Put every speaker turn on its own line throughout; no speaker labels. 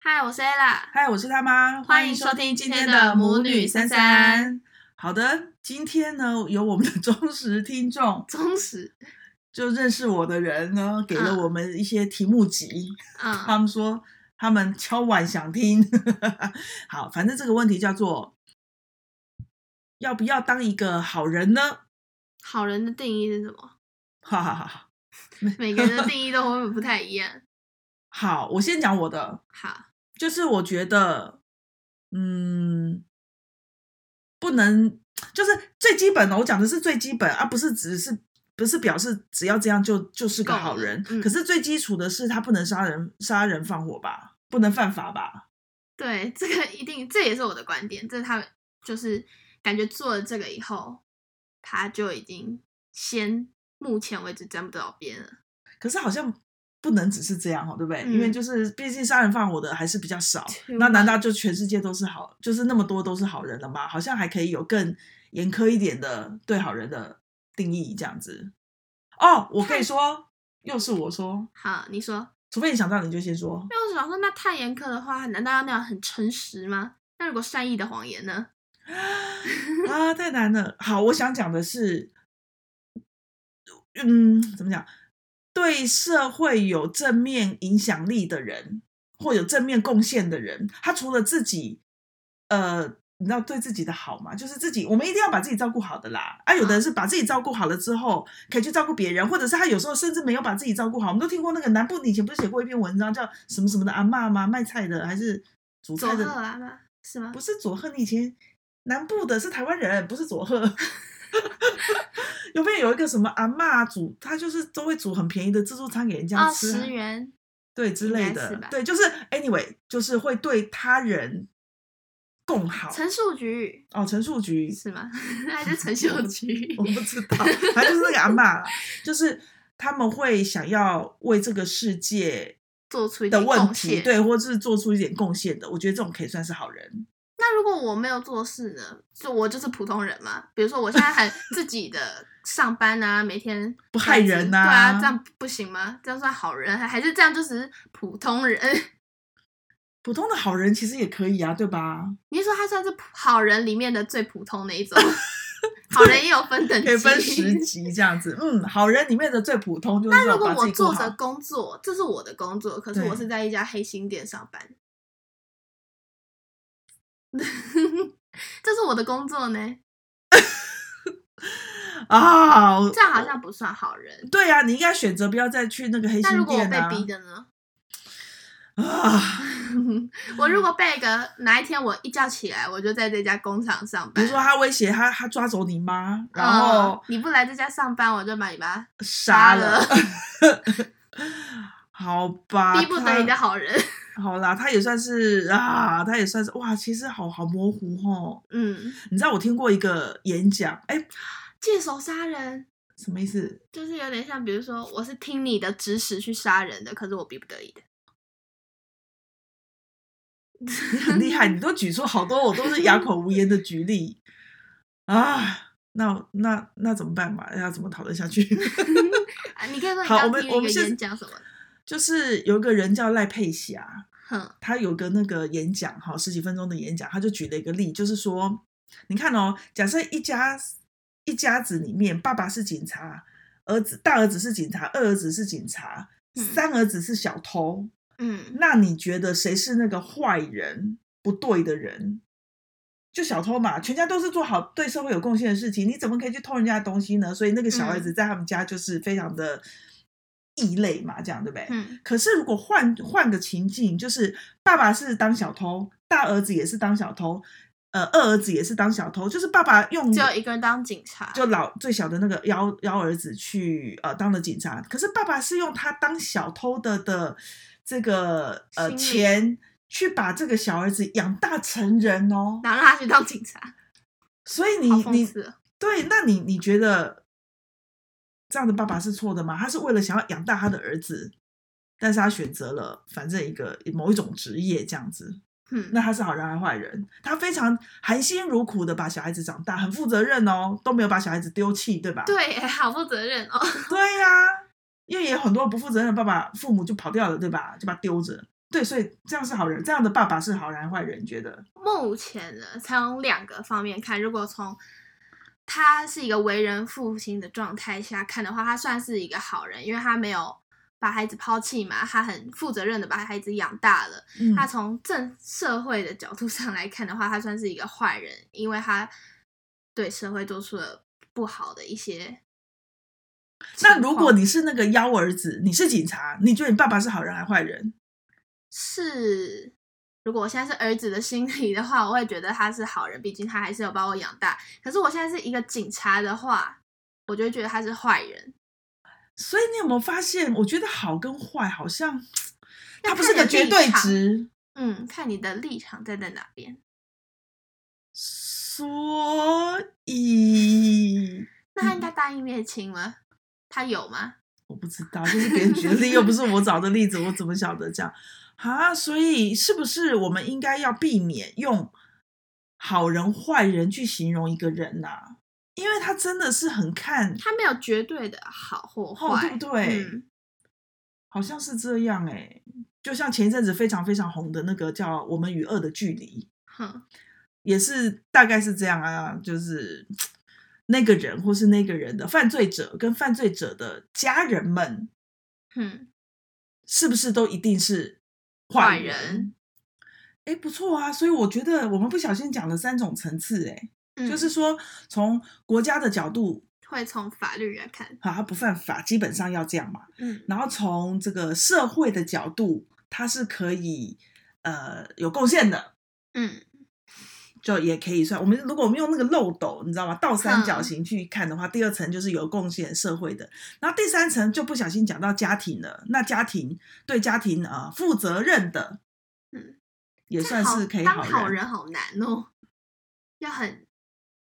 嗨，我是 Ella。
嗨，我是他妈，
欢
欢
迎
迎
收
收
听
听
今
今
天
天
的
的
母
母
女
女
三
三
三
三。好的，今天呢，有我们的 忠实听众，
忠实，
就认识我的人呢，给
嗯
了我们一些题目集，
嗯
他们说他们敲碗想听。好，反正这个问题叫做要不要当一个好人呢？
好人的定义是什么？
哈哈哈哈。
每个人的定义都会不太一样。
好，我先讲我的，
好，
就是我觉得，嗯，不能，就是最基本的，我讲的是最基本，而、不是只是不是表示只要这样就就是个
够
好
了
人。
嗯
可是最基础的是他不能杀人、杀人放火吧，不能犯法吧？
对，这个一定，这也是我的观点。这是他们就是感觉做了这个以后，他就已经先目前为止沾不到边了。
可是好像。不能只是这样哦，对不对？因为
嗯
就是毕竟杀人放火的还是比较少
Too，
那难
much
道就全世界都是好，就是那么多都是好人了吗？好像还可以有更严苛一点的对好人的定义这样子。哦，我可以说，又是我说，
好，你说，
除非你想到你就先说。
因为我想说，那太严苛的话，难道要那样很诚实吗？那如果善意的谎言呢？
啊，太难了。好，我想讲的是，嗯，怎么讲？对社会有正面影响力的人，或有正面贡献的人，他除了自己，呃，你知道对自己的好嘛，就是自己，我们一定要把自己照顾好的啦。啊，有的人是把自己照顾好了之后，可以去照顾别人，或者是他有时候甚至没有把自己照顾好。我们都听过那个南部，你以前不是写过一篇文章叫什么什么的阿嬷吗？卖菜的还是煮
佐
菜
贺
的？
啊吗？是吗
不？是佐贺，你以前南部的是台湾人，不是佐贺。 有没有有一个什么阿嬷煮，她就是都会煮很便宜的自助餐给人家
哦，
吃啊、
十元，
对之
应
类
该是
的
吧，
对，就是 anyway，就是会对他人共好。
陈述局
哦，陈述局
是吗？ 还是陈秀菊？
我不知道，反正就是那个阿嬷啦，就是他们会想要为这个世界
做出一
的
点
问
贡
题，
献。
对，或是做出一点贡献的，我觉得这种可以算是好人。
那如果我没有做事呢？就我就是普通人嘛。比如说我现在 还自己的上班啊，每天
不
这
害
样子
人
对啊，
啊
这样不行吗？这样算好人，还还是这样就只是普通人？
普通的好人其实也可以啊，对吧？
你是说他算是普好人里面的最普通那一种？ 好人也有分等级，
可以分十级这样子。嗯，好人里面的最普通就是
那
要
如果
把自
我
己顾
做
好
着工作，这是我的工作，可是
对
我是在一家黑心店上班， 这是我的工作呢，
啊，我
这样好像不算好人。
对啊，你应该选择不要再去那个黑
那如
心
果我
店
被
啊。
逼的呢？
啊，
我如果被一个哪一天我一觉起来，我就在这家工厂上班。
比如说他威胁他，他抓走你妈，然
嗯
后
你不来这家上班，我就把你把
杀了
杀。
好吧，
逼不得已的好人。
他好啦，他也算是啊，他也算是哇，其实好好模糊哦。
嗯，
你知道我听过一个演讲，哎，
借手杀人
什么意思？
就是有点像，比如说我是听你的指使去杀人的，可是我逼不得已的。
你很厉害，你都举出好多我都是哑口无言的举例啊。那那那怎么办嘛？要怎么讨论下去？
啊，你可以说你
好，我
刚
们
听
我
一个
们现
演讲什么？
就是有一个人叫赖佩霞，
哼，
他有个那个演讲哈，十几分钟的演讲，他就举了一个例，就是说，你看哦，假设一家一家子里面，爸爸是警察，儿子大儿子是警察，二儿子是警察，
嗯
三儿子是小偷，
嗯，
那你觉得谁是那个坏人、不对的人？就小偷嘛，全家都是做好对社会有贡献的事情，你怎么可以去偷人家的东西呢？所以那个小孩子在他们家就是非常的异类嘛，这样对不对？
嗯
可是如果换换个情境，就是爸爸是当小偷，大儿子也是当小偷，呃，二儿子也是当小偷，就是爸爸用
只嗯有一个人当警察，
就老最小的那个幺幺儿子去呃当了警察，可是爸爸是用他当小偷的的这个呃
心理
钱去把这个小儿子养大成人哦，
然后让他去当警察，
所以你
好讽
你
刺哦。
对，那你你觉得这样的爸爸是错的吗？他是为了想要养大他的儿子，但是他选择了反正一个某一种职业这样子，
嗯，
那他是好人还是坏人？他非常含辛茹苦的把小孩子长大，很负责任哦，都没有把小孩子丢弃，对吧？
对，好负责任哦。
对呀、因为也有很多不负责任的爸爸，父母就跑掉了，对吧？就把他丢着。对，所以这样是好人，这样的爸爸是好人还是坏人？你觉得？
目前呢，从两个方面看，如果从他是一个为人父亲的状态下看的话，他算是一个好人，因为他没有把孩子抛弃嘛，他很负责任的把孩子养大了。
嗯
他从正社会的角度 上来看的话，他算是一个坏人，因为他对社会做出了不好的一些。
那如果你是那个幺儿子，你是警察，你觉得你爸爸是好人还是坏人？
是，如果我现在是儿子的心理的话，我会觉得他是好人，毕竟他还是有把我养大。可是我现在是一个警察的话，我就会觉得他是坏人。
所以你有没有发现？我觉得好跟坏好像
要
它不
看
是
你的
个绝
立
对
场
值，
嗯，看你的立场站在哪边。
所以
那他应该大义灭亲吗？他有吗？
我不知道，就是别人举的例，又不是我找的例子，我怎么晓得这样啊？所以是不是我们应该要避免用好人坏人去形容一个人呐、因为他真的是很看，
他没有绝对的好或
哦
坏，
对不对
嗯，
好像是这样哎、就像前一阵子非常非常红的那个叫《我们与恶的距离》，
哼，
也是大概是这样啊，就是那个人或是那个人的犯罪者跟犯罪者的家人们，
哼，
是不是都一定是坏
坏
人
人？
哎，不错啊，所以我觉得我们不小心讲了三种层次，哎、
嗯
就是说从国家的角度，
会从法律来看，
啊，他不犯法，基本上要这样嘛。
嗯，
然后从这个社会的角度，他是可以呃有贡献的，
嗯，
就也可以算。我们如果我们用那个漏斗，你知道吗？倒三角
嗯
形去看的话，第二层就是有贡献社会的，然后第三层就不小心讲到家庭了。那家庭对家庭呃负责任的，
嗯，
也
这
算
好
是可以
当
好人。
好人好难哦，要很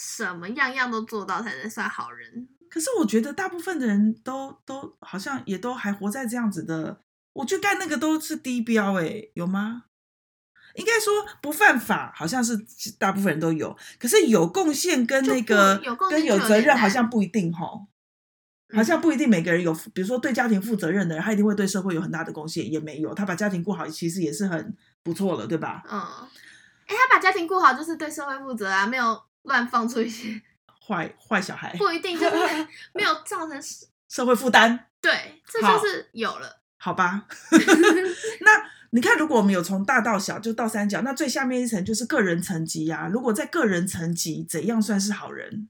什么样样都做到才能算好人。
可是我觉得大部分的人都都好像也都还活在这样子的，我去干那个都是低标诶、有吗？应该说不犯法，好像是大部分人都有，可是有贡献跟
就
那
不
个
有贡
跟
献
有
就有
责
点
任好
难
像不一定
嗯
吼。好像不一定每个人有，比如说对家庭负责任的人，他一定会对社会有很大的贡献，也没有。他把家庭顾好，其实也是很不错了，对吧？
嗯，哎、他把家庭顾好就是对社会负责啊，没有乱放出一些，
坏坏小孩，
不一定就是 没有造成是，
社会负担，
对，这
好
就是有了。
好吧？ 那你看，如果我们有从大到小，就到三角，那最下面一层就是个人层级呀、如果在个人层级，怎样算是好人？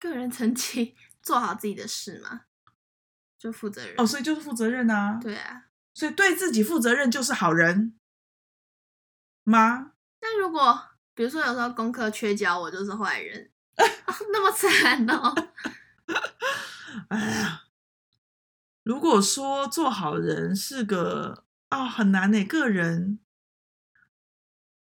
个人成绩做好自己的事嘛，就负责任。
哦，所以就是负责任啊。
对啊，
所以对自己负责任就是好人吗？
那如果比如说有时候功课缺交，我就是坏人， 哦那么惨哦。
哎呀，如果说做好人是个啊、很难呢、个人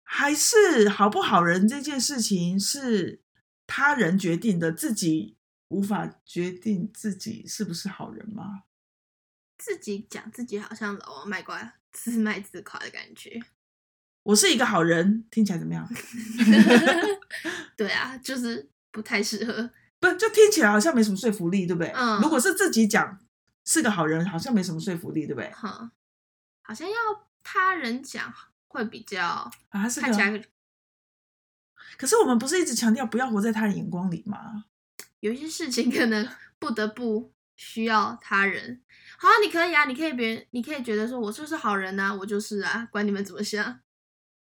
还是好不好人这件事情是他人决定的，自己无法决定自己是不是好人吗？
自己讲自己好像老王卖瓜，自卖自夸的感觉。
我是一个好人，听起来怎么样？
对啊，就是不太适合。
不，就听起来好像没什么说服力，对不对？
嗯
如果是自己讲是个好人，好像没什么说服力，对不对？
哼，好像要他人讲会比较
啊，他是个
看起来
可是我们不是一直强调不要活在他人眼光里吗？
有一些事情可能不得不需要他人。好啊，你可以啊，你可以别人，你可以觉得说我就是好人呐、我就是啊，管你们怎么想。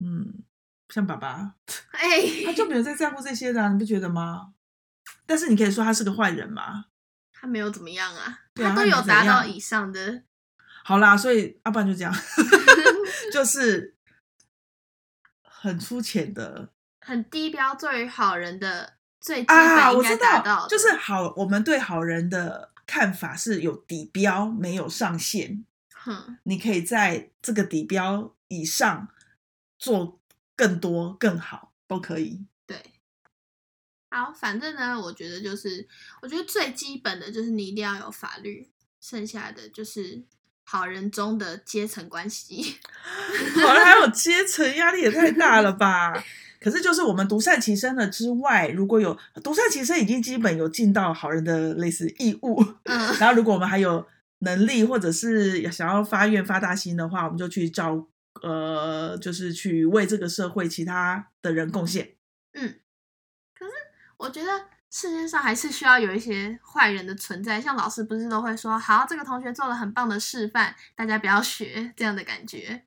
嗯，像爸爸，
哎、
他就没有在在乎这些的啊、你不觉得吗？但是你可以说他是个坏人嘛。
他没有怎么样啊，
对啊
他都
他
有
没怎
达到
样
以上的。
好啦，所以阿爸就这 样，就是很粗浅的
很低标对于好人的最基
啊，
本
我
应
知
该达到
道，
的
就是好，我们对好人的看法是有底标，没有上限，
哼，
你可以在这个底标以上做更多、更好都可以。
对。好，反正呢，我觉得就是，我觉得最基本的就是你一定要有法律，剩下的就是好人中的阶层关系。
好了，还有阶层压力也太大了吧？可是就是我们独善其身了之外，如果有独善其身，已经基本有尽到好人的类似义务。
嗯，
然后如果我们还有能力，或者是想要发愿发大心的话，我们就去照呃，就是去为这个社会其他的人贡献。
我觉得世界上还是需要有一些坏人的存在，像老师不是都会说，好，这个同学做了很棒的示范，大家不要学这样的感觉。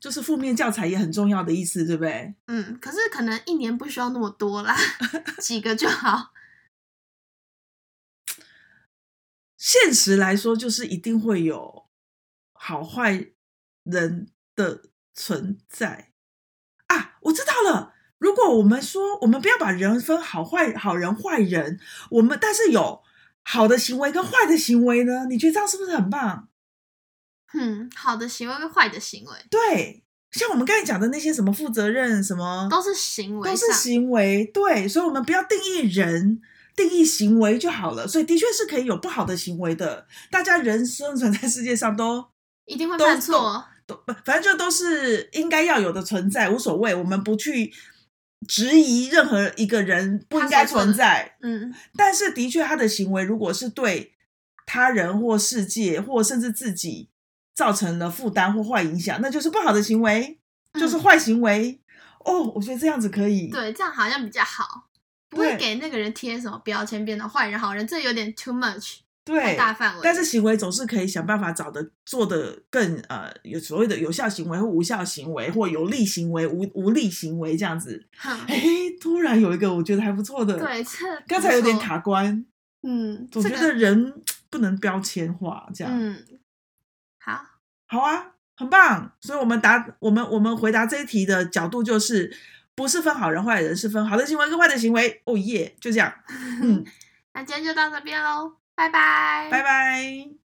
就是负面教材也很重要的意思，对不对？
嗯，可是可能一年不需要那么多啦， 几个就好。
现实来说，就是一定会有好坏人的存在啊！我知道了。如果我们说我们不要把人分好坏、好人坏人，我们但是有好的行为跟坏的行为呢？你觉得这样是不是很棒？
嗯，好的行为跟坏的行为
对，像我们刚才讲的那些什么负责任什么，
都是行为
都
上
是行为，对，所以我们不要定义人，定义行为就好了。所以的确是可以有不好的行为的，大家人生存在世界上都
一定会
都
犯
是
错。
都不，反正就都是应该要有的存在，无所谓，我们不去质疑任何一个人不应该存在。
嗯
但是的确，他的行为如果是对他人或世界或甚至自己造成了负担或坏影响，那就是不好的行为，就是
嗯
坏行为。哦，我觉得这样子可以。
对，这样好像比较好，不会
对
给那个人贴什么标签，变成坏人、好人，这有点 too much，太
对，
大范围。
但是行为总是可以想办法找的做的更呃有所谓的有效行为或无效行为或有利行为无无利行为这样子。
哼，
哎，突然有一个我觉得还不错的，，
对，这
刚才有点
不错。
卡关，
嗯，
总
这
觉
个
得人不能标签化这样。
嗯，好，
好啊，很棒。所以我们答我们我们回答这一题的角度就是，不是分好人坏人，是分好的行为跟坏的行为。 哦耶，就这样，嗯，
那今天就到这边喽，拜拜，
拜拜。